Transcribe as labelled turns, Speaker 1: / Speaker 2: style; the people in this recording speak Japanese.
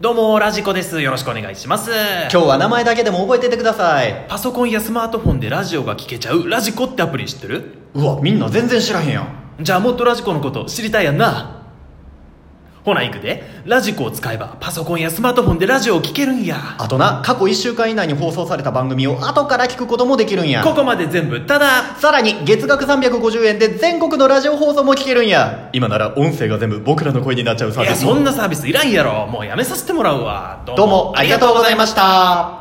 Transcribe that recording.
Speaker 1: どうもラジコですよろしくお願いします
Speaker 2: 今日は名前だけでも覚えててください
Speaker 1: パソコンやスマートフォンでラジオが聞けちゃうラジコってアプリ知ってる
Speaker 2: うわみんな全然知らへんやん
Speaker 1: じゃあもっとラジコのこと知りたいやんなほないくでラジコを使えばパソコンやスマートフォンでラジオを聞けるんや
Speaker 2: あとな過去1週間以内に放送された番組を後から聞くこともできるんや
Speaker 1: ここまで全部ただ
Speaker 2: さらに月額350円で全国のラジオ放送も聞けるんや今なら音声が全部僕らの声になっちゃうサ
Speaker 1: い
Speaker 2: ービ
Speaker 1: や
Speaker 2: ス
Speaker 1: そんなサービスいらんやろもうやめさせてもらうわ
Speaker 2: どうもありがとうございました